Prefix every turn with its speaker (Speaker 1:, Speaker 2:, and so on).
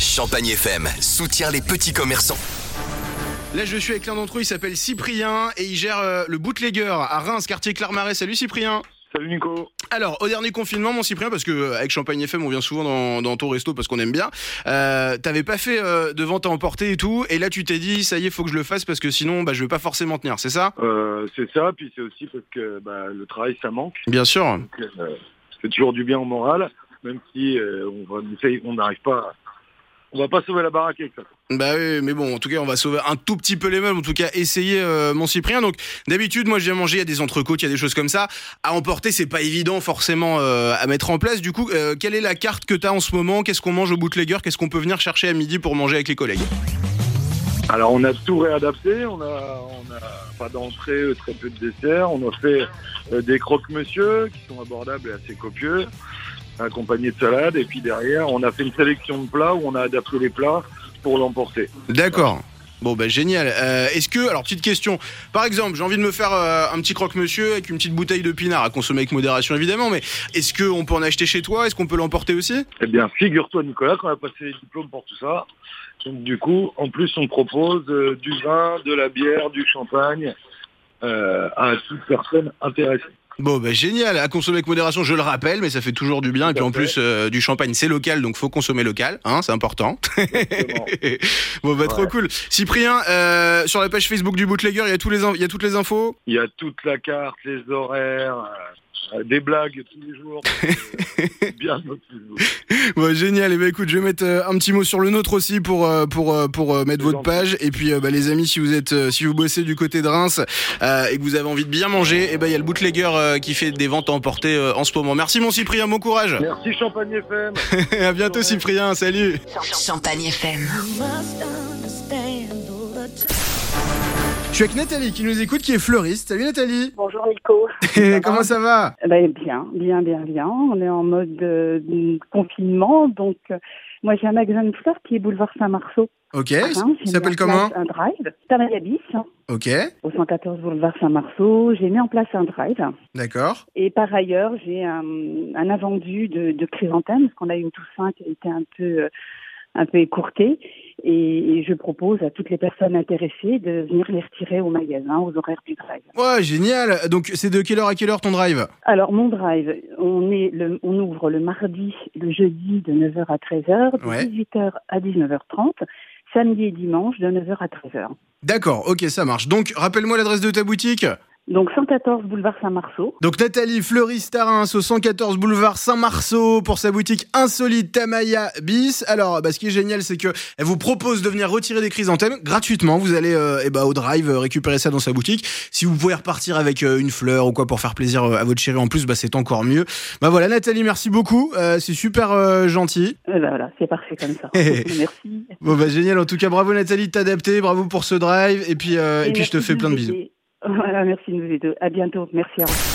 Speaker 1: Champagne FM soutient les petits commerçants.
Speaker 2: Là, je suis avec l'un d'entre eux, il s'appelle Cyprien et il gère euh, le bootlegger à Reims, quartier Clermarais. Salut Cyprien.
Speaker 3: Salut Nico.
Speaker 2: Alors, au dernier confinement, mon Cyprien, parce que euh, avec Champagne FM, on vient souvent dans, dans ton resto parce qu'on aime bien. euh, T'avais pas fait euh, de vente à emporter et tout, et là tu t'es dit, ça y est, faut que je le fasse parce que sinon, bah, je vais pas forcément tenir, c'est ça
Speaker 3: Euh, c'est ça, puis c'est aussi parce que bah, le travail, ça manque.
Speaker 2: Bien sûr.
Speaker 3: Donc, euh, c'est toujours du bien au moral, même si euh, on va- on essaye- on n'arrive pas, à- on va pas sauver la baraque avec ça.
Speaker 2: Bah oui, mais bon, en tout cas, on va sauver un tout petit peu les meubles. En tout cas, essayez, euh, mon Cyprien. Donc, d'habitude, moi, je viens manger, il y a des entrecôtes, il y a des choses comme ça. À emporter, c'est pas évident forcément euh, à mettre en place. Du coup, euh, quelle est la carte que t'as en ce moment Qu'est-ce qu'on mange au bootlegger Qu'est-ce qu'on peut venir chercher à midi pour manger avec les collègues
Speaker 3: Alors on a tout réadapté, on a, on a pas d'entrée, euh, très peu de dessert, on a fait euh, des croque-monsieur qui sont abordables et assez copieux, accompagnés de salades, et puis derrière on a fait une sélection de plats où on a adapté les plats pour l'emporter.
Speaker 2: D'accord. Bon, bah génial. Euh, Est-ce que, alors, petite question. Par exemple, j'ai envie de me faire euh, un petit croque-monsieur avec une petite bouteille de pinard à consommer avec modération, évidemment. Mais est-ce qu'on peut en acheter chez toi Est-ce qu'on peut l'emporter aussi
Speaker 3: Eh bien, figure-toi, Nicolas, qu'on a passé les diplômes pour tout ça. Donc, du coup, en plus, on propose euh, du vin, de la bière, du champagne euh, à toute personne intéressée.
Speaker 2: Bon, bah, génial. À consommer avec modération, je le rappelle, mais ça fait toujours du bien. Et puis
Speaker 3: Tout à
Speaker 2: en
Speaker 3: fait.
Speaker 2: plus, euh, du champagne, c'est local, donc faut consommer local, hein, c'est important.
Speaker 3: Exactement.
Speaker 2: bon, bah, trop
Speaker 3: Ouais.
Speaker 2: cool. Cyprien, euh, sur la page Facebook du Bootlegger, il y, a tous les in- il y a toutes les infos.
Speaker 3: Il y a toute la carte, les horaires, euh, des blagues tous les jours. Euh, bien motivé.
Speaker 2: Bon, génial. Et bah, écoute, je vais mettre euh, un petit mot sur le nôtre aussi pour, euh, pour, euh, pour euh, mettre
Speaker 3: C'est
Speaker 2: votre
Speaker 3: gentil.
Speaker 2: page. Et puis, euh, bah, les amis, si vous êtes, euh, si vous bossez du côté de Reims, euh, et que vous avez envie de bien manger, et bah, il y a le Bootlegger euh, qui fait des ventes à emporter euh, en ce moment. Merci, mon Cyprien. Bon courage.
Speaker 3: Merci Champagne FM.
Speaker 2: à bientôt,
Speaker 3: Ouais.
Speaker 2: Cyprien. Salut.
Speaker 4: Champagne FM.
Speaker 2: Je suis avec Nathalie qui nous écoute, qui est fleuriste. Salut, Nathalie.
Speaker 5: Bonjour Nico.
Speaker 2: Et comment ça va
Speaker 5: Eh ben, bien, bien, bien, bien. On est en mode euh, confinement, donc euh, moi j'ai un magasin de fleurs qui est boulevard Saint-Marceau.
Speaker 2: Ok,
Speaker 5: à Reims.
Speaker 2: il
Speaker 5: J'ai
Speaker 2: Eh, s'appelle
Speaker 5: mis en place
Speaker 2: comment
Speaker 5: Un drive. C'est un Mayabis, hein,
Speaker 2: Ok,
Speaker 5: au 114 boulevard Saint-Marceau. J'ai mis en place un drive.
Speaker 2: d'accord.
Speaker 5: Et par ailleurs, j'ai un, un avendu de, de chrysanthème, parce qu'on a eu une Toussaint qui a été un peu, euh, un peu écourtée. Et, et je propose à toutes les personnes intéressées de venir les retirer au magasin, aux horaires du drive.
Speaker 2: Ouais, génial. Donc, c'est de quelle heure à quelle heure ton drive
Speaker 5: Alors, mon drive, on, est le, on ouvre le mardi, le jeudi de 9h à 13h, de
Speaker 2: Ouais.
Speaker 5: 18h à 19h30, samedi et dimanche de 9h à 13h.
Speaker 2: D'accord, ok, ça marche. Donc, rappelle-moi l'adresse de ta boutique.
Speaker 5: Donc, 114 boulevard Saint-Marceau.
Speaker 2: Donc, Nathalie Fleuriste à Reims, au 114 boulevard Saint-Marceau, pour sa boutique Insolite Tamaya Bis. Alors, bah, ce qui est génial, c'est que elle vous propose de venir retirer des chrysanthèmes gratuitement. Vous allez euh, eh bah, au drive euh, récupérer ça dans sa boutique. Si vous pouvez repartir avec euh, une fleur ou quoi pour faire plaisir euh, à votre chérie en plus, bah, c'est encore mieux. Bah voilà, Nathalie, merci beaucoup. Euh, c'est super euh, gentil.
Speaker 5: Eh ben voilà, c'est parfait comme ça. merci.
Speaker 2: Bon bah génial en tout cas bravo Nathalie de t'adapter bravo pour ce drive et puis euh, et, puis je te
Speaker 5: merci
Speaker 2: fais
Speaker 5: de
Speaker 2: plein de
Speaker 5: nous
Speaker 2: bisous.
Speaker 5: aider. Voilà, merci de nous aider. À bientôt. Merci à vous.